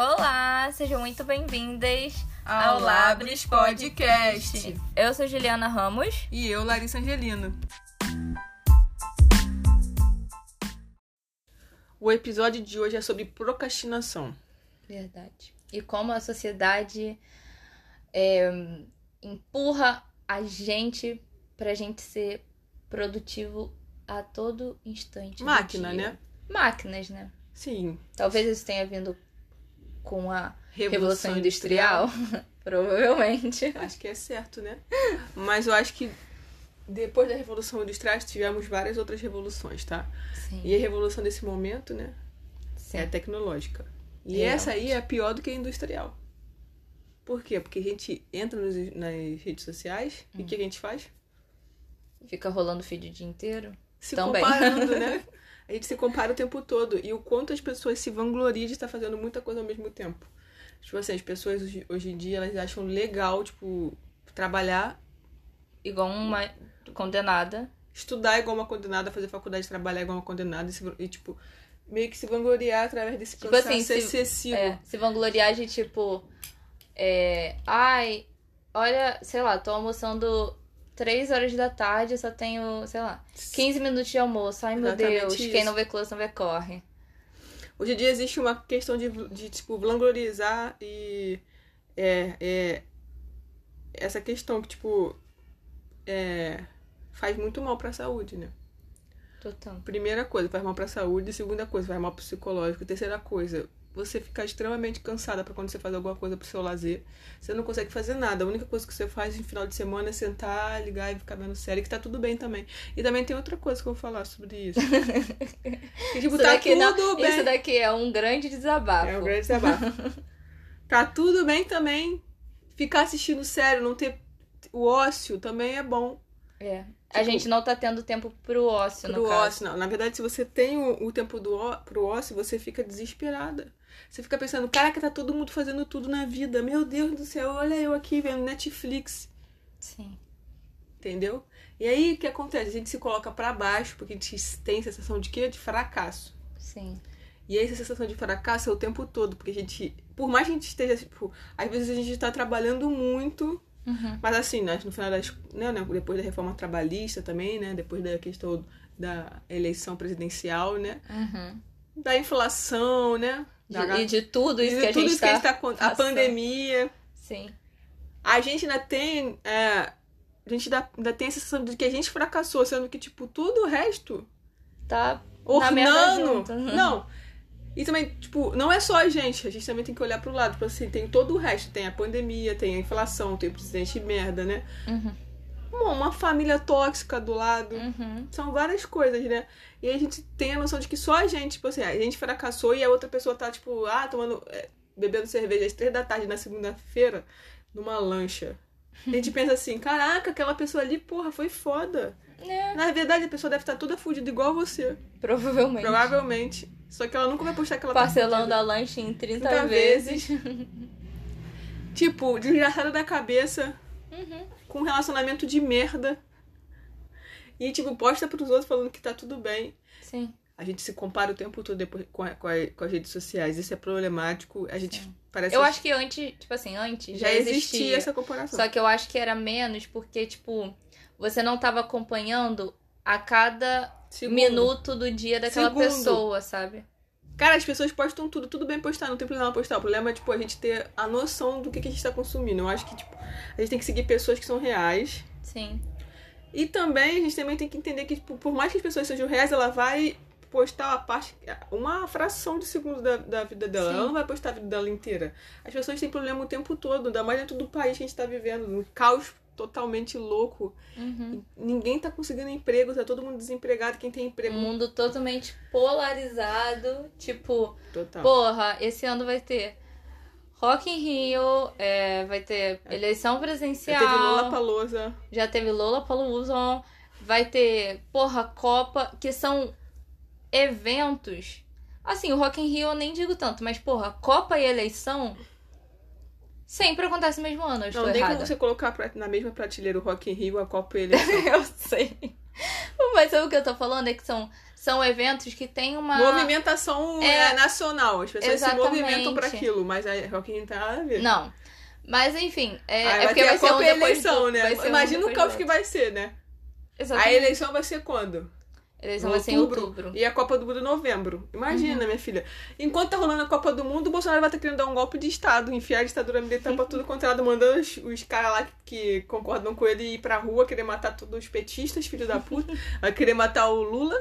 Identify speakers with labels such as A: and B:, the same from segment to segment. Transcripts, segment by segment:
A: Olá, sejam muito bem-vindas ao Labres Podcast. Eu sou Juliana Ramos.
B: E eu, Larissa Angelino. O episódio de hoje é sobre procrastinação.
A: Verdade. E como a sociedade é, empurra a gente pra gente ser produtivo a todo instante. do
B: Máquina,
A: dia.
B: né?
A: Máquinas, né?
B: Sim.
A: Talvez isso tenha vindo com a
B: Revolução,
A: Revolução Industrial. Provavelmente.
B: Acho que é certo, né? Mas eu acho que depois da Revolução Industrial tivemos várias outras revoluções, tá?
A: Sim.
B: E a revolução desse momento, né?
A: Sim.
B: É a tecnológica. E
A: É,
B: essa aí é pior do que a industrial. Por quê? Porque a gente entra nos- nas redes sociais e o
A: Uhum.
B: que a gente faz?
A: Fica rolando feed o dia inteiro.
B: Se
A: Também.
B: comparando, né? A gente se compara o tempo todo. E o quanto as pessoas se vangloriam de estar fazendo muita coisa ao mesmo tempo. Tipo assim, as pessoas hoje, hoje em dia, elas acham legal, tipo, trabalhar,
A: Igual uma condenada.
B: estudar igual uma condenada, fazer faculdade, trabalhar igual uma condenada. E, se van- e, tipo, meio que se vangloriar através desse
A: Tipo
B: cansaço
A: assim, se-
B: excessivo.
A: É, se vangloriar de tipo. é, ai, olha, sei lá, tô almoçando 3 horas da tarde, só tenho, sei lá, 15 minutos de almoço. Ai meu
B: Exatamente
A: Deus, quem
B: isso.
A: não vê close não vê corre.
B: Hoje em dia existe uma questão de, de tipo, vanglorizar e é, é, essa questão que, tipo, é, faz muito mal pra saúde, né?
A: Total.
B: Primeira coisa, faz mal pra saúde. Segunda coisa, faz mal pro psicológico. Terceira coisa, você ficar extremamente cansada pra quando você faz alguma coisa pro seu lazer. Você não consegue fazer nada. A única coisa que você faz no final de semana é sentar, ligar e ficar vendo série, que tá tudo bem também. E também tem outra coisa que eu vou falar sobre isso. que, tipo,
A: Isso
B: tá
A: daqui
B: tudo
A: não-
B: bem.
A: Isso daqui é um grande desabafo.
B: É um grande desabafo. tá tudo bem também ficar assistindo sério, não ter o ócio também é bom
A: É. A
B: Tipo,
A: gente não tá tendo tempo pro ócio,
B: pro
A: no caso.
B: ócio. Não, na verdade, se você tem o, o tempo do ó, pro ócio, você fica desesperada. Você fica pensando, caraca, tá todo mundo fazendo tudo na vida. Meu Deus do céu, olha eu aqui vendo Netflix,
A: Sim.
B: entendeu? E aí o que acontece? A gente se coloca pra baixo, porque a gente tem sensação de quê? De fracasso.
A: Sim.
B: E essa sensação de fracasso é o tempo todo, porque a gente, por mais que a gente esteja, tipo, às vezes a gente tá trabalhando muito,
A: Uhum.
B: mas assim, nós no final das, né, né, depois da reforma trabalhista também, né, depois da questão da eleição presidencial, né,
A: Uhum.
B: da inflação, né, da
A: De- e de tudo isso
B: de
A: que a
B: tudo
A: gente
B: isso
A: tá...
B: que a tá- gente tá, con- a
A: passando.
B: pandemia,
A: Sim.
B: a gente ainda tem, é, a gente ainda, ainda tem a sensação de que a gente fracassou, sendo que, tipo, tudo o resto
A: Tá... Na merda
B: ornando.
A: junto. Uhum.
B: Não. E também, tipo, não é só a gente, a gente também tem que olhar pro lado. Tipo assim, tem todo o resto. Tem a pandemia, tem a inflação, tem o presidente merda, né?
A: Uhum.
B: Uma, uma família tóxica do lado.
A: Uhum.
B: São várias coisas, né? E a gente tem a noção de que só a gente, tipo assim, a gente fracassou e a outra pessoa tá, tipo, ah, tomando. é, bebendo cerveja às três da tarde na segunda-feira, numa lancha. A gente pensa assim, caraca, aquela pessoa ali, porra, foi foda.
A: É,
B: Na verdade, a pessoa deve estar toda fudida igual você.
A: provavelmente.
B: Provavelmente. Só que ela nunca vai postar que ela
A: Parcelando
B: tá
A: a lanche em 30,
B: fudida 30
A: vezes.
B: vezes. tipo, desgraçada da cabeça. Com um relacionamento de merda. E, tipo, posta pros outros falando que tá tudo bem.
A: Sim.
B: A gente se compara o tempo todo depois com, a- com a- com as redes sociais. Isso é problemático. A gente parece
A: É. Eu
B: que
A: acho que antes, tipo assim, antes já,
B: já existia,
A: existia.
B: essa comparação.
A: Só que eu acho que era menos porque, tipo, você não tava acompanhando a cada
B: Segundo.
A: minuto do dia daquela
B: Segundo.
A: pessoa, sabe?
B: Cara, as pessoas postam tudo, tudo bem postar, não tem problema postar. O problema é, tipo, a gente ter a noção do que, que a gente tá consumindo. Eu acho que, tipo, a gente tem que seguir pessoas que são reais.
A: Sim.
B: E também, a gente também tem que entender que, tipo, por mais que as pessoas sejam reais, ela vai postar uma parte, uma fração de segundo da, da vida dela.
A: Sim.
B: Ela não vai postar a vida dela inteira. As pessoas têm problema o tempo todo, ainda mais dentro do país que a gente tá vivendo, um caos totalmente louco.
A: Uhum.
B: Ninguém tá conseguindo emprego, tá todo mundo desempregado, quem tem
A: Um
B: emprego
A: mundo totalmente polarizado. Tipo,
B: total.
A: porra, esse ano vai ter Rock in Rio, é, vai ter eleição presidencial.
B: Já teve Lula Palousa.
A: Já teve Lollapalooza, vai ter, porra, Copa, que são eventos. Assim, o Rock in Rio eu nem digo tanto, mas, porra, Copa e eleição sempre acontece no mesmo ano, eu estou
B: Não tem como
A: errada.
B: você colocar pra- na mesma prateleira o Rock in Rio, a Copa e ele.
A: Eu sei. Mas sabe o que eu tô falando é que são são eventos que tem uma.
B: Movimentação
A: É.
B: é, nacional. As pessoas
A: Exatamente.
B: se movimentam pra aquilo, mas a Rock in Rio não tem nada a ver.
A: Não. Mas enfim, é,
B: Aí
A: é
B: Ah, vai
A: porque
B: ter
A: vai
B: a
A: ser um
B: Copa e a
A: depois
B: eleição,
A: do,
B: né?
A: vai ser um
B: Imagina o
A: depois do
B: caos que
A: outro.
B: vai ser, né? A
A: Exatamente.
B: eleição vai ser quando?
A: A eleição vai ser em outubro.
B: E a Copa do Mundo em novembro. Imagina,
A: Uhum.
B: minha filha. Enquanto tá rolando a Copa do Mundo, o Bolsonaro vai estar querendo dar um golpe de Estado, enfiar a ditadura militar pra tudo quanto é lado, mandando os, os caras lá que, que concordam com ele ir pra rua, querer matar todos os petistas, filho da puta, vai querer matar o Lula.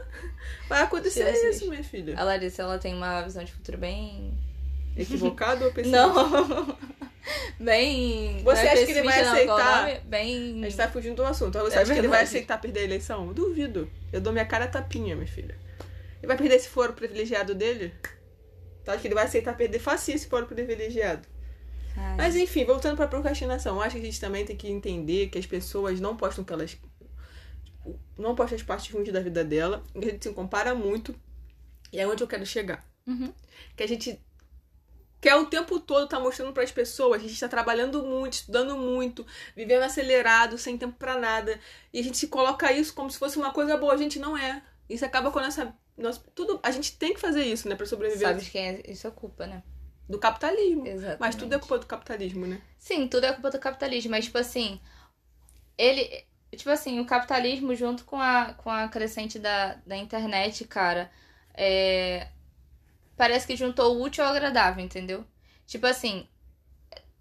B: Vai acontecer
A: Jesus. Ah.
B: isso, minha filha.
A: A Larissa, ela tem uma visão de futuro bem.
B: Equivocado ou pessimista?
A: Não! bem.
B: Você
A: não é
B: acha que ele vai
A: pessimista, não, qual é o
B: aceitar?
A: nome? Bem.
B: A gente tá fugindo do assunto. Agora, Você
A: É
B: acha que ele vai
A: verdade.
B: aceitar perder a eleição? Duvido. Eu dou minha cara a tapinha, minha filha. Ele vai perder esse foro privilegiado dele? Tu acha que ele vai aceitar perder facinho esse foro privilegiado?
A: Ai.
B: Mas enfim, voltando pra procrastinação, eu acho que a gente também tem que entender que as pessoas não postam o que elas. Não postam as partes ruins da vida dela. A gente se compara muito. E é onde eu quero chegar.
A: Uhum.
B: Que a gente quer o tempo todo tá mostrando pras pessoas. que A gente tá trabalhando muito, estudando muito, vivendo acelerado, sem tempo pra nada. E a gente se coloca isso como se fosse uma coisa boa. A gente não é. Isso acaba com a nossa. nossa tudo, a gente tem que fazer isso, né? Pra sobreviver
A: Sabe de quem é isso é culpa, né?
B: do capitalismo.
A: Exatamente.
B: Mas tudo é culpa do capitalismo, né?
A: Sim, tudo é culpa do capitalismo, mas tipo assim, ele. Tipo assim, o capitalismo junto com a, com a crescente da, da internet, cara, é, parece que juntou o útil ao agradável, entendeu? Tipo assim,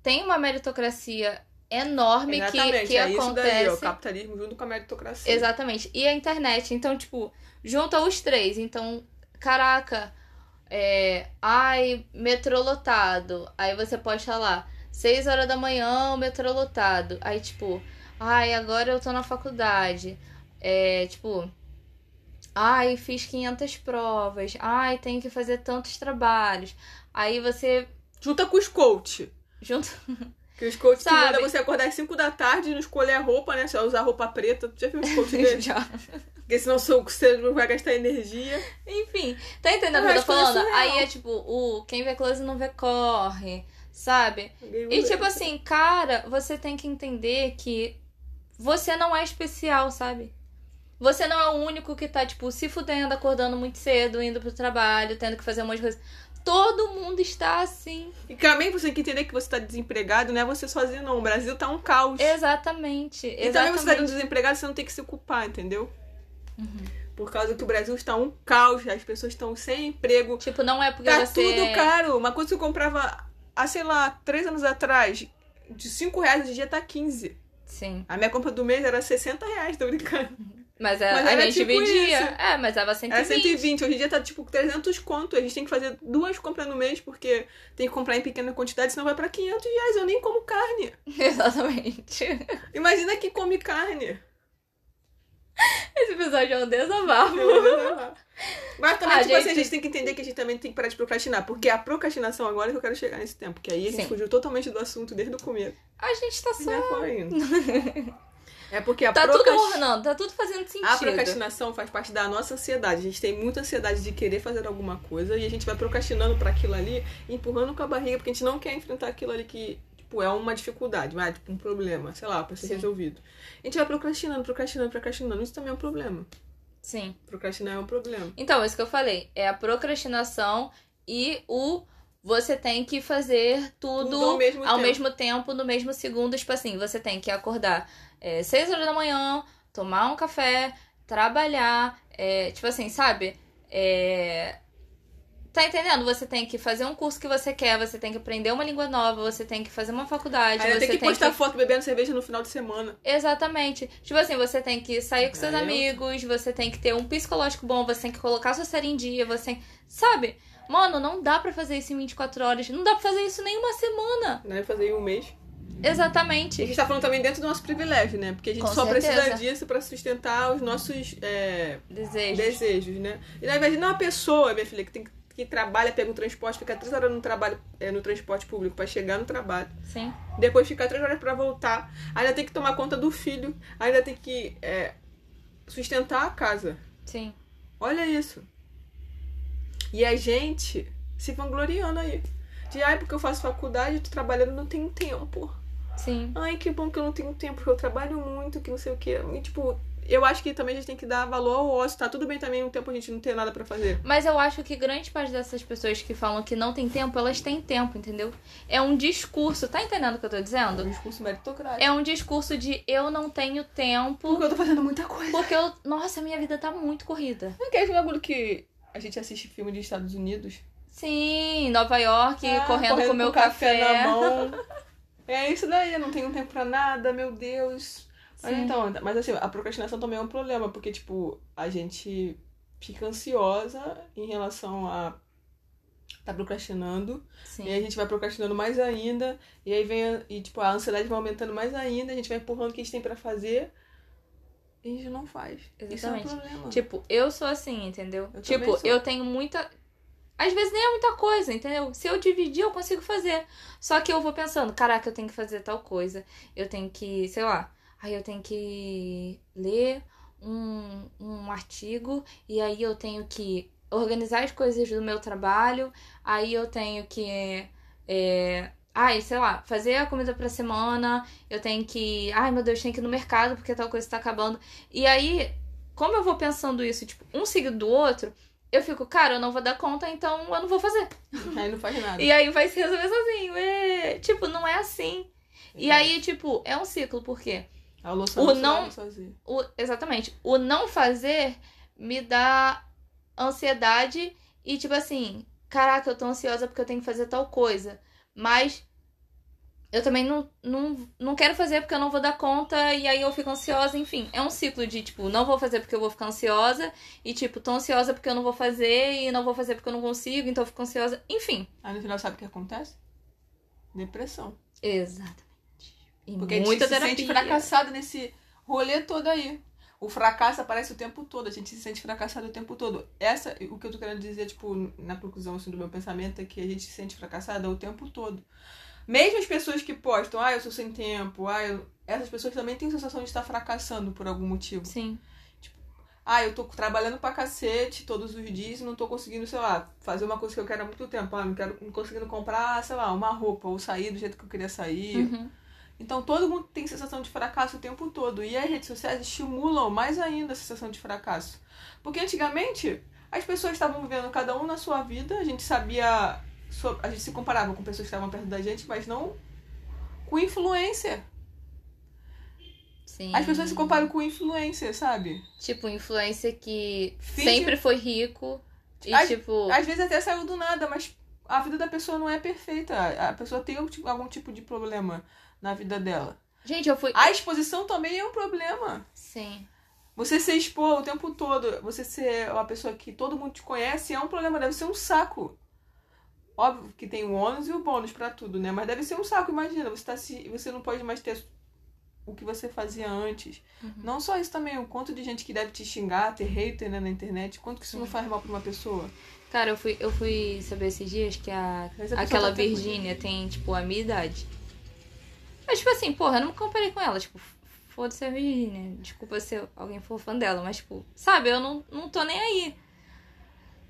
A: tem uma meritocracia enorme que, que
B: é isso daí, ó, o
A: acontece.
B: capitalismo junto com a meritocracia.
A: Exatamente. E a internet. Então, tipo, junta os três. Então, caraca, é, ai, metrô lotado. Aí você posta lá, 6 horas da manhã, o metrô lotado. Aí, tipo, ai, agora eu tô na faculdade. É, tipo, ai, fiz 500 provas. Ai, tenho que fazer tantos trabalhos. Aí você
B: Junta com os coach.
A: junta.
B: Que os coach que
A: Sabe?
B: mandam você acordar às 5 da tarde e não escolher a roupa, né? Só usar roupa preta. Tu já viu os coach deles?
A: Já.
B: Porque senão o seu cérebro vai gastar energia.
A: Enfim, tá entendendo o
B: Eu
A: que eu tô
B: acho que isso é
A: falando? Aí
B: real.
A: é tipo, o quem vê close não vê corre, sabe? E
B: Ninguém usa.
A: tipo assim, cara, você tem que entender que você não é especial, sabe? Você não é o único que tá, tipo, se fudendo, acordando muito cedo, indo pro trabalho, tendo que fazer um monte de coisa. Todo mundo está assim.
B: E também você tem que entender que você tá desempregado, não é você sozinho, não. O Brasil tá um caos.
A: Exatamente.
B: E também você tá
A: Exatamente.
B: desempregado, você não tem que se culpar, entendeu?
A: Uhum.
B: Por causa que o Brasil está um caos, as pessoas estão sem emprego,
A: Tipo, não é porque
B: Tá
A: você.
B: tudo caro. Uma coisa que eu comprava, há, sei lá, três anos atrás, de 5 reais, hoje em dia tá 15.
A: Sim.
B: A minha compra do mês era 60 reais, tô brincando.
A: Mas a,
B: Mas
A: a
B: era
A: gente
B: tipo
A: dividia.
B: isso.
A: É, mas tava
B: Era
A: 120.
B: 120, hoje em dia tá tipo 300 conto. A gente tem que fazer duas compras no mês, porque tem que comprar em pequena quantidade, senão vai pra 500 reais. Eu nem como carne.
A: Exatamente.
B: Imagina quem come carne.
A: Esse episódio é um desabafo.
B: Mas também,
A: A
B: tipo assim, a
A: Ah, gente-
B: gente tem que entender que a gente também tem que parar de procrastinar. Porque a procrastinação agora é que eu quero chegar nesse tempo. Que aí a gente
A: Sim.
B: fugiu totalmente do assunto desde o começo.
A: A gente tá só.
B: Né? Foi indo. É porque a
A: Tá tudo
B: procrastinação.
A: ornando, tá tudo fazendo sentido.
B: A procrastinação faz parte da nossa ansiedade. A gente tem muita ansiedade de querer fazer alguma coisa e a gente vai procrastinando pra aquilo ali, empurrando com a barriga, porque a gente não quer enfrentar aquilo ali que, tipo, é uma dificuldade, mas, tipo, um problema, sei lá, pra ser
A: Sim.
B: resolvido. A gente vai procrastinando, procrastinando, procrastinando. Isso também é um problema.
A: Sim.
B: Procrastinar é um problema.
A: Então, isso que eu falei, é a procrastinação e o você tem que fazer tudo,
B: Tudo ao mesmo tempo.
A: tempo, no mesmo segundo. Tipo assim, você tem que acordar é, 6 horas da manhã, tomar um café, trabalhar, é, tipo assim, sabe? É, Tá entendendo? Você tem que fazer um curso que você quer, você tem que aprender uma língua nova, você tem que fazer uma faculdade,
B: Aí
A: você
B: tem que postar foto bebendo cerveja no final de semana.
A: Exatamente. Tipo assim, você tem que sair com seus
B: Aí eu-
A: amigos, você tem que ter um psicológico bom, você tem que colocar sua série em dia, você tem... Sabe? Mano, não dá pra fazer isso em 24 horas. Não dá pra fazer isso nem uma semana.
B: Né? Fazer em um mês. E a
A: Exatamente.
B: gente tá falando também dentro do nosso privilégio, né? Porque a gente
A: Com
B: só
A: certeza.
B: precisa disso pra sustentar os nossos é,
A: Desejo.
B: desejos, né? E na verdade não é uma pessoa, minha filha, que tem que que trabalha, pega um transporte, fica três horas no trabalho, é, no transporte público pra chegar no trabalho,
A: Sim.
B: depois fica três horas pra voltar, ainda tem que tomar conta do filho, ainda tem que é, sustentar a casa.
A: Sim.
B: Olha isso. E a gente se vangloriando aí. De ai, porque eu faço faculdade, tô trabalhando, não tenho tempo.
A: Sim.
B: Ai, que bom que eu não tenho tempo, porque eu trabalho muito, que não sei o quê. E, tipo, eu acho que também a gente tem que dar valor ao ócio. Tá tudo bem também no tempo a gente não ter nada pra fazer.
A: Mas eu acho que grande parte dessas pessoas que falam que não tem tempo, elas têm tempo, entendeu? É um discurso, tá entendendo o que eu tô
B: É
A: dizendo?
B: um discurso meritocrático.
A: É um discurso de eu não tenho tempo
B: Porque eu tô fazendo muita coisa.
A: porque eu. Nossa, minha vida tá muito corrida.
B: Não quer ver bagulho que a gente assiste filme dos Estados Unidos?
A: Sim, Nova York,
B: Ah,
A: correndo, com o meu
B: o café.
A: café.
B: na mão. É isso daí, eu não tenho tempo pra nada, meu Deus. Mas
A: Sim.
B: então, mas assim, a procrastinação também é um problema, porque, tipo, a gente fica ansiosa em relação a tá procrastinando, e aí a
A: Sim.
B: gente vai procrastinando mais ainda, e aí vem, a- e tipo, a ansiedade vai aumentando mais ainda, a gente vai empurrando o que a gente tem pra fazer, e a gente não faz.
A: Exatamente.
B: Isso é um problema.
A: Tipo, eu sou assim, entendeu?
B: Eu também
A: tipo,
B: sou.
A: eu tenho muita. Às vezes nem é muita coisa, entendeu? Se eu dividir, eu consigo fazer. Só que eu vou pensando, caraca, eu tenho que fazer tal coisa. Eu tenho que, sei lá, aí eu tenho que ler um, um artigo, e aí eu tenho que organizar as coisas do meu trabalho, aí eu tenho que. É, ai, sei lá, fazer a comida pra semana, eu tenho que. Ai, meu Deus, tenho que ir no mercado porque tal coisa tá acabando. E aí, como eu vou pensando isso, tipo, um seguido do outro, eu fico, cara, eu não vou dar conta, então eu não vou fazer.
B: aí não faz nada.
A: E aí vai se resolver sozinho. É, tipo, não é assim. E aí, tipo, é um ciclo, porque
B: A louça
A: o
B: não se
A: não-
B: lava sozinha.
A: o, exatamente, o não fazer me dá ansiedade e, tipo assim, caraca, eu tô ansiosa porque eu tenho que fazer tal coisa. Mas eu também não, não, não quero fazer porque eu não vou dar conta e aí eu fico ansiosa, enfim. É um ciclo de, tipo, não vou fazer porque eu vou ficar ansiosa e, tipo, tô ansiosa porque eu não vou fazer e não vou fazer porque eu não consigo, então eu fico ansiosa, enfim.
B: Aí no final sabe o que acontece? Depressão.
A: Exatamente. é E
B: Porque
A: muita
B: a gente
A: terapia.
B: se sente fracassado nesse rolê todo aí. O fracasso aparece o tempo todo, a gente se sente fracassado o tempo todo. Essa, o que eu tô querendo dizer, tipo, na conclusão assim, do meu pensamento, é que a gente se sente fracassada o tempo todo. Mesmo as pessoas que postam, ah, eu sou sem tempo, ah, eu... essas pessoas também têm a sensação de estar fracassando por algum motivo.
A: Sim.
B: Ah, eu tô trabalhando pra cacete todos os dias e não tô conseguindo, sei lá, fazer uma coisa que eu quero há muito tempo. Ah, não quero não conseguindo comprar, sei lá, uma roupa ou sair do jeito que eu queria sair.
A: Uhum.
B: Então todo mundo tem sensação de fracasso o tempo todo. E as redes sociais estimulam mais ainda a sensação de fracasso. Porque antigamente as pessoas estavam vivendo cada um na sua vida, a gente sabia. so- A gente se comparava com pessoas que estavam perto da gente, mas não com influencer.
A: Sim.
B: As pessoas se comparam com influencer, sabe?
A: Tipo, influencer que
B: Finge-
A: sempre foi rico. E,
B: Ai,
A: tipo,
B: Às vezes até saiu do nada, mas a vida da pessoa não é perfeita. A- A pessoa tem algum tipo- algum tipo de problema na vida dela.
A: gente, eu fui.
B: A exposição também é um problema.
A: Sim.
B: Você se expor o tempo todo, você ser uma pessoa que todo mundo te conhece, é um problema, deve ser um saco. Óbvio que tem o ônus e o bônus pra tudo, né? Mas deve ser um saco, imagina. Você, tá se, você não pode mais ter o que você fazia antes.
A: Uhum.
B: Não só isso também, o quanto de gente que deve te xingar, ter hater né, na internet, quanto que isso não faz mal pra uma pessoa.
A: Cara, eu fui, eu fui saber esses dias que a,
B: Mas a pessoa
A: aquela
B: tá até
A: Virgínia tem, tipo, a minha idade. Mas, tipo assim, porra, eu não me comparei com ela. Tipo, foda-se a Virgínia. Desculpa se alguém for fã dela, mas, tipo, sabe, eu não, não tô nem aí.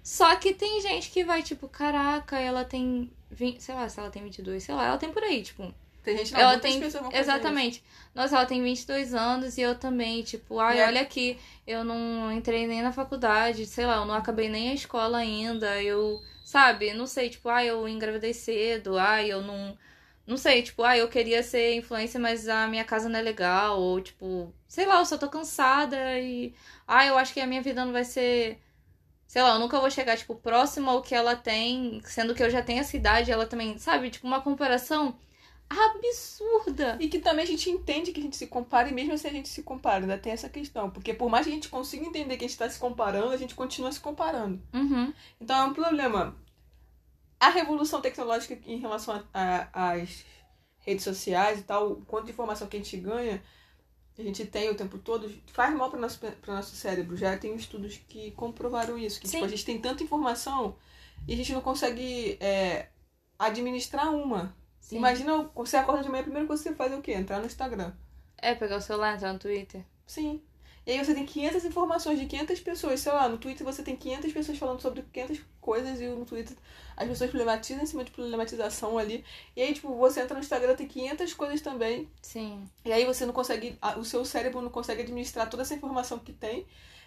A: Só que tem gente que vai, tipo, caraca, ela tem. 20, sei lá, se ela tem 22, sei lá, ela tem por aí, tipo.
B: Tem gente não,
A: ela
B: muitas
A: tem
B: pessoas vão fazer
A: exatamente. Nossa, ela tem 22 anos e eu também, tipo, ai,
B: E a-
A: olha aqui, eu não entrei nem na faculdade, sei lá, eu não acabei nem a escola ainda, eu, sabe, não sei, tipo, ai, eu engravidei cedo, ai, eu não não sei, tipo, ai, eu queria ser influencer, mas a minha casa não é legal, ou tipo, sei lá, eu só tô cansada e ai, eu acho que a minha vida não vai ser Sei lá, eu nunca vou chegar, tipo, próximo ao que ela tem, sendo que eu já tenho essa idade, ela também, sabe? Tipo, uma comparação absurda.
B: isso. E que também a gente entende que a gente se compara, e mesmo assim a gente se compara, ainda tem essa questão. Porque por mais que a gente consiga entender que a gente tá se comparando, a gente continua se comparando.
A: Uhum.
B: Então é um problema. A revolução tecnológica em relação a- a- às redes sociais e tal, o quanto de informação que a gente ganha, a gente tem o tempo todo, faz mal para nosso para nosso cérebro. Já tem estudos que comprovaram isso, que
A: Sim.
B: tipo, a gente tem tanta informação e a gente não consegue é, administrar uma.
A: Sim.
B: Imagina você acorda de manhã, a primeira coisa que você faz é o quê? Entrar no Instagram.
A: É, pegar o celular, entrar no Twitter.
B: Sim. E aí você tem 500 informações de 500 pessoas. Sei lá, no Twitter você tem 500 pessoas falando sobre 500 coisas e no Twitter as pessoas problematizam em cima de problematização ali. E aí, tipo, você entra no Instagram, tem 500 coisas também.
A: Sim.
B: E aí você não consegue, a- o seu cérebro não consegue administrar toda essa informação que tem.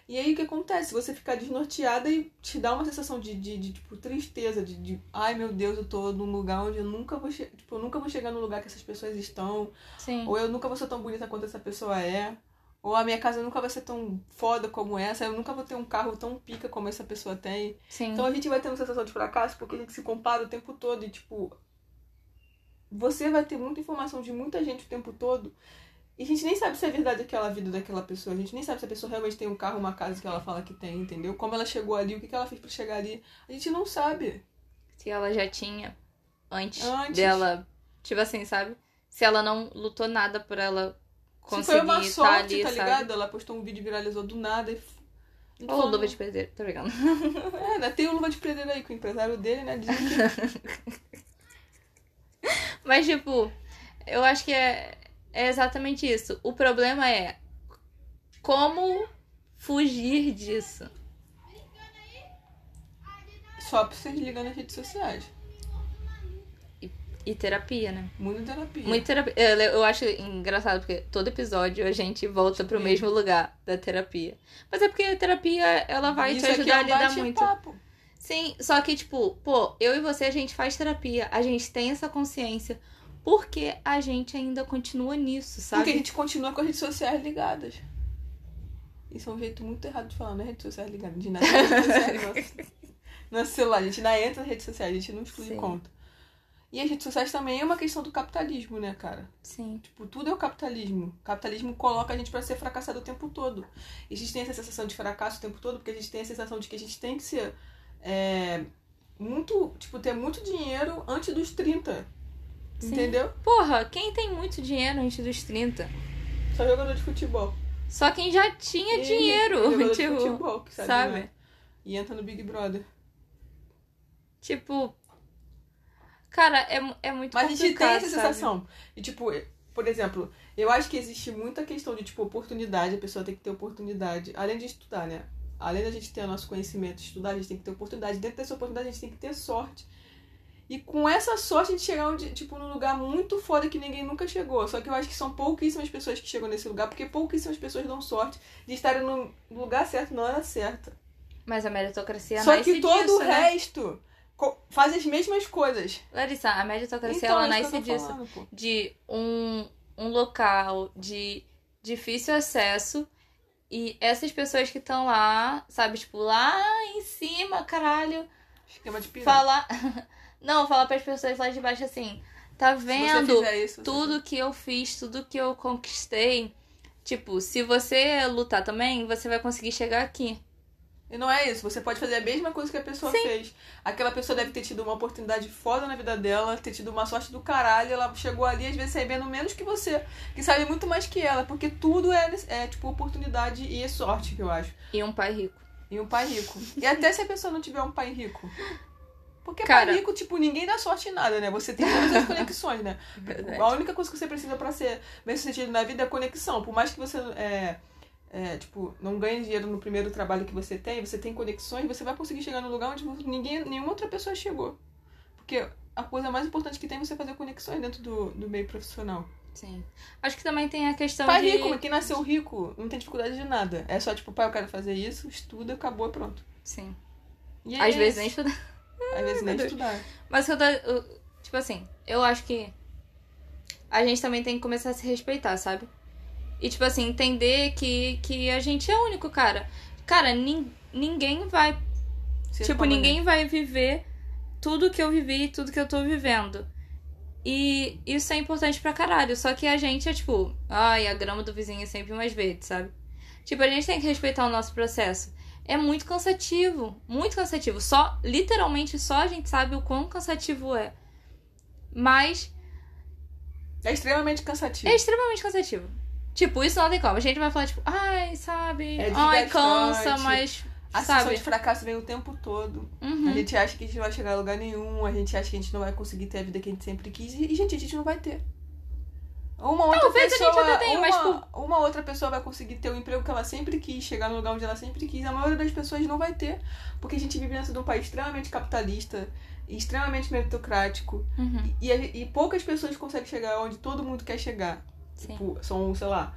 B: E aí o que acontece? Você fica desnorteada e te dá uma sensação de, de, de, tipo, tristeza, de, de, ai meu Deus, eu tô num lugar onde eu nunca vou, che tipo, eu nunca vou chegar no lugar que essas pessoas estão,
A: Sim.
B: ou eu nunca vou ser tão bonita quanto essa pessoa é, ou a minha casa nunca vai ser tão foda como essa, eu nunca vou ter um carro tão pica como essa pessoa tem.
A: Sim.
B: Então a gente vai ter uma sensação de fracasso porque a gente se compara o tempo todo e, tipo, você vai ter muita informação de muita gente o tempo todo e a gente nem sabe se é verdade aquela vida daquela pessoa. A gente nem sabe se a pessoa realmente tem um carro, uma casa que ela fala que tem, entendeu? Como ela chegou ali, o que que ela fez pra chegar ali. A gente não sabe.
A: Se ela já tinha antes,
B: Antes.
A: dela. Tipo assim, sabe? Se ela não lutou nada por ela conseguir
B: se foi uma
A: estar
B: sorte,
A: ali,
B: tá
A: sabe?
B: ligado? Ela postou um vídeo e viralizou do nada e... f-
A: Ou oh, luva de perder, tô brincando.
B: É, né? Tem o Luva de Pedreiro aí, que o empresário dele, né? Diz que...
A: Mas, tipo, eu acho que é, é exatamente isso. O problema é como fugir disso.
B: Só pra vocês ligando nas redes sociais.
A: E terapia, né?
B: Muito terapia.
A: Muito terapia. Eu, eu acho engraçado, porque todo episódio a gente volta pro
B: Sim.
A: mesmo lugar da terapia. Mas é porque a terapia, ela vai
B: Isso
A: te
B: aqui é
A: ajudar
B: um
A: a lidar muito.
B: bate-papo.
A: Sim, só que, tipo, pô, eu e você, a gente faz terapia, a gente tem essa consciência. Por que a gente ainda continua nisso,
B: Porque a
A: sabe?
B: gente continua com as redes sociais ligadas. Isso é um jeito muito errado de falar, né? Redes sociais ligadas. De nada, redes sociais nosso, nosso é celular. A gente ainda entra nas redes sociais, a gente não exclui
A: Sim.
B: conta. E as redes sociais também é uma questão do capitalismo, né, cara?
A: Sim,
B: Tipo, tudo é o capitalismo. O capitalismo coloca a gente pra ser fracassado o tempo todo. E a gente tem essa sensação de fracasso o tempo todo porque a gente tem a sensação de que a gente tem que ser é, muito, tipo, ter muito dinheiro antes dos 30.
A: Sim.
B: Entendeu?
A: Porra, quem tem muito dinheiro antes dos 30?
B: Só jogador de futebol.
A: Só quem já tinha
B: E
A: é dinheiro,
B: jogador de
A: tipo,
B: futebol, que sabe,
A: sabe?
B: né? E entra no Big Brother.
A: Tipo. Cara, é, mu- é muito
B: Mas a gente tem
A: complicado.
B: essa
A: sabe?
B: sensação. E, tipo, por exemplo, eu acho que existe muita questão de, tipo, oportunidade. A pessoa tem que ter oportunidade. Além de estudar, né? Além da gente ter o nosso conhecimento, estudar, a gente tem que ter oportunidade. Dentro dessa oportunidade, a gente tem que ter sorte. E com essa sorte, a gente chegar onde, tipo, num lugar muito foda que ninguém nunca chegou. Só que eu acho que são pouquíssimas pessoas que chegam nesse lugar, porque pouquíssimas pessoas dão sorte de estarem no lugar certo na hora certa.
A: Mas a meritocracia
B: Só
A: nasce
B: que todo
A: disso,
B: o
A: né?
B: resto co- faz as mesmas coisas.
A: Larissa, a meritocracia,
B: Então,
A: ela
B: é isso que
A: nasce
B: eu tô
A: disso.
B: falando, pô.
A: de um, um local de difícil acesso e essas pessoas que estão lá, sabe, tipo, lá em cima, caralho,
B: Esquema de pirâmide.
A: falar. Não, falar para as pessoas lá de baixo assim, tá
B: Se você
A: vendo
B: fizer isso, né?" você-
A: tudo que eu fiz, tudo que eu conquistei? Tipo, se você lutar também, você vai conseguir chegar aqui.
B: E não é isso. Você pode fazer a mesma coisa que a pessoa fez. Aquela pessoa deve ter tido uma oportunidade foda na vida dela, ter tido uma sorte do caralho. Ela chegou ali, às vezes, recebendo menos que você, que sabe muito mais que ela, porque tudo é, é tipo, oportunidade e é sorte, que eu acho.
A: E um pai rico.
B: E um pai rico. E até se a pessoa não tiver um pai rico. Porque
A: Cara-
B: pai rico, tipo, ninguém dá sorte em nada, né? Você tem todas as conexões, né?
A: Verdade.
B: A única coisa que você precisa pra ser bem sucedido na vida é conexão. Por mais que você é, é, tipo, não ganhe dinheiro no primeiro trabalho que você tem, você tem conexões, você vai conseguir chegar num lugar onde ninguém, nenhuma outra pessoa chegou. Porque a coisa mais importante que tem é você fazer conexões dentro do, do meio profissional.
A: Sim. Acho que também tem a questão
B: pai
A: Então, de.
B: rico, quem nasceu rico, não tem dificuldade de nada. É só, tipo, pai, eu quero fazer isso, estuda, acabou, pronto.
A: Sim.
B: E é
A: Às vezes nem
B: isso.
A: estuda
B: Às vezes nem
A: Meu Deus.
B: estudar.
A: Mas eu, tô- eu- tipo assim, eu acho que a gente também tem que começar a se respeitar, sabe? E tipo assim, entender que, que a gente é único, cara. Cara, nin- ninguém vai,
B: Ser
A: tipo,
B: como
A: ninguém vai viver tudo que eu vivi e tudo que eu tô vivendo. E isso é importante pra caralho, só que a gente é tipo, ai, a grama do vizinho é sempre mais verde, sabe? Tipo, a gente tem que respeitar o nosso processo. É muito cansativo, muito cansativo. Só, literalmente, só a gente sabe o quão cansativo é. Mas
B: É extremamente cansativo.
A: é extremamente cansativo. Tipo, isso não tem como. A gente vai falar, tipo, ai, sabe?
B: É
A: ai,
B: desgastante.
A: cansa, mas.
B: A sensação de
A: sabe?
B: fracasso vem o tempo todo. A
A: Uhum.
B: gente acha que a gente não vai chegar a lugar nenhum, a gente acha que a gente não vai conseguir ter a vida que a gente sempre quis. E, gente, a gente não vai ter. Uma outra
A: Talvez a gente
B: pessoa,
A: até tenha,
B: uma,
A: mas,
B: uma outra pessoa vai conseguir ter o emprego que ela sempre quis, chegar no lugar onde ela sempre quis. A maioria das pessoas não vai ter, porque a gente vive dentro de um país extremamente capitalista, extremamente meritocrático,
A: Uhum,
B: e, e poucas pessoas conseguem chegar onde todo mundo quer chegar.
A: sim.
B: Tipo, são, sei lá,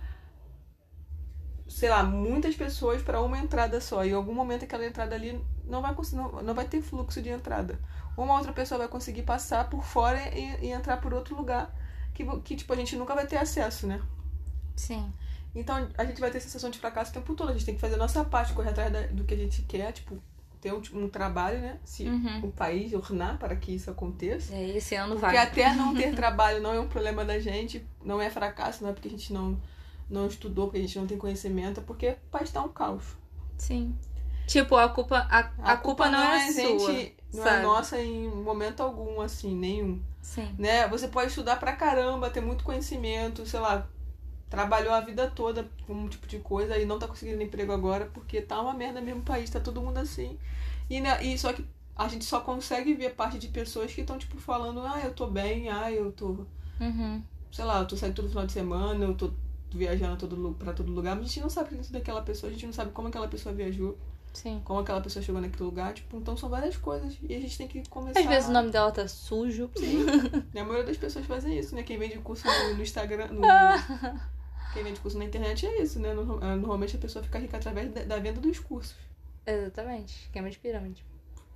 B: sei lá, muitas pessoas para uma entrada só. E em algum momento aquela entrada ali não vai conseguir, não, não vai ter fluxo de entrada. Uma outra pessoa vai conseguir passar por fora e, e entrar por outro lugar que, vo- que tipo a gente nunca vai ter acesso, né?
A: Sim.
B: Então a gente vai ter sensação de fracasso o tempo todo. A gente tem que fazer a nossa parte, correr atrás da- do que a gente quer, tipo, ter um, um trabalho, né? Se
A: Uhum.
B: o país ornar para que isso aconteça.
A: É, esse ano
B: Porque
A: vai.
B: até não ter trabalho não é um problema da gente, não é fracasso, não é porque a gente não, não estudou, porque a gente não tem conhecimento, é porque o país tá um caos.
A: Sim. Tipo, a culpa, a, a, culpa, não, é, sua.
B: gente, não é
A: sabe?
B: nossa em momento algum, assim, nenhum.
A: Sim.
B: Né? Você pode estudar pra caramba, ter muito conhecimento, sei lá, trabalhou a vida toda com um tipo de coisa e não tá conseguindo emprego agora porque tá uma merda mesmo o país, tá todo mundo assim. E, né, e só que a gente só consegue ver parte de pessoas que estão, tipo, falando, ah, eu tô bem, ah, eu tô
A: Uhum.
B: sei lá, eu tô saindo todo final de semana, eu tô viajando a todo, lu- pra todo lugar, mas a gente não sabe dentro daquela pessoa, a gente não sabe como aquela pessoa viajou,
A: Sim.
B: como aquela pessoa chegou naquele lugar, tipo, então são várias coisas e a gente tem que começar.
A: Às vezes o nome dela tá sujo.
B: E a maioria das pessoas fazem isso, né? Quem vende curso no, no Instagram, no- quem vende curso na internet é isso, né? Norma- ah, Normalmente a pessoa fica rica através da, da venda dos cursos.
A: Exatamente. Esquema de pirâmide.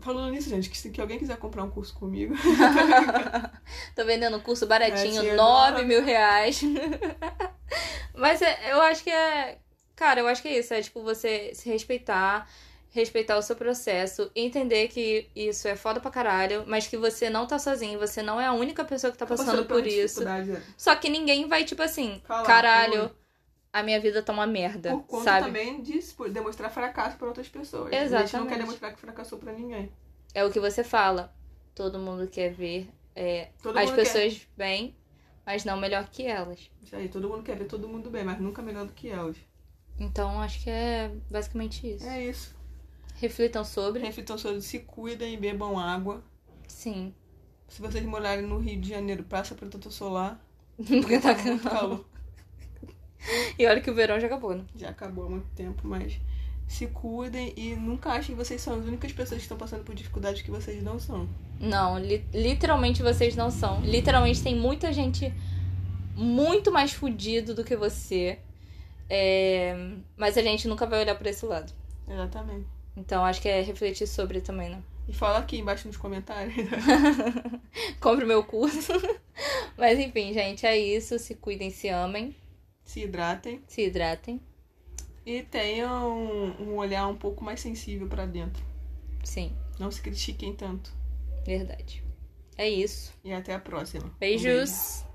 B: Falando nisso, gente, que se que alguém quiser comprar um curso comigo,
A: Tô vendendo um curso
B: É, assim,
A: baratinho,
B: é
A: 9
B: nove.
A: mil reais. Mas é- eu acho que é. Cara, eu acho que é isso. É tipo você se respeitar, respeitar o seu processo, entender que isso é foda pra caralho, mas que você não tá sozinho, você não é a única pessoa que tá passando, por isso.
B: né?
A: Só que ninguém vai, tipo assim,
B: Falar,
A: caralho, a minha vida tá uma merda.
B: Por conta
A: sabe?
B: também de se- demonstrar fracasso pra outras pessoas. A gente não quer
A: Exatamente.
B: demonstrar que fracassou pra ninguém.
A: É o que você fala. Todo mundo quer ver é,
B: Todo
A: as
B: mundo quer.
A: pessoas bem, mas não melhor que elas.
B: Isso aí, todo mundo quer ver todo mundo bem, mas nunca melhor do que elas.
A: Então acho que é basicamente isso.
B: É isso.
A: Reflitam sobre.
B: Reflitam sobre, se cuidem e bebam água.
A: Sim.
B: Se vocês morarem no Rio de Janeiro, passa protetor solar.
A: Porque tá
B: muito calor.
A: E olha que o verão já acabou, né?
B: Já acabou há muito tempo, mas se cuidem e nunca achem que vocês são as únicas pessoas que estão passando por dificuldades que vocês não são.
A: Não, li- literalmente vocês não são. Literalmente tem muita gente muito mais fudido do que você. É, Mas a gente nunca vai olhar pra esse lado.
B: Exatamente.
A: Então acho que é refletir sobre também, né?
B: E fala aqui embaixo nos comentários.
A: Compre o meu curso. Mas enfim, gente, é isso. Se cuidem, se amem,
B: se hidratem
A: se hidratem.
B: e tenham um olhar um pouco mais sensível pra dentro.
A: Sim,
B: Não se critiquem tanto.
A: verdade. É isso.
B: E até a próxima. Um beijo.
A: Beijos.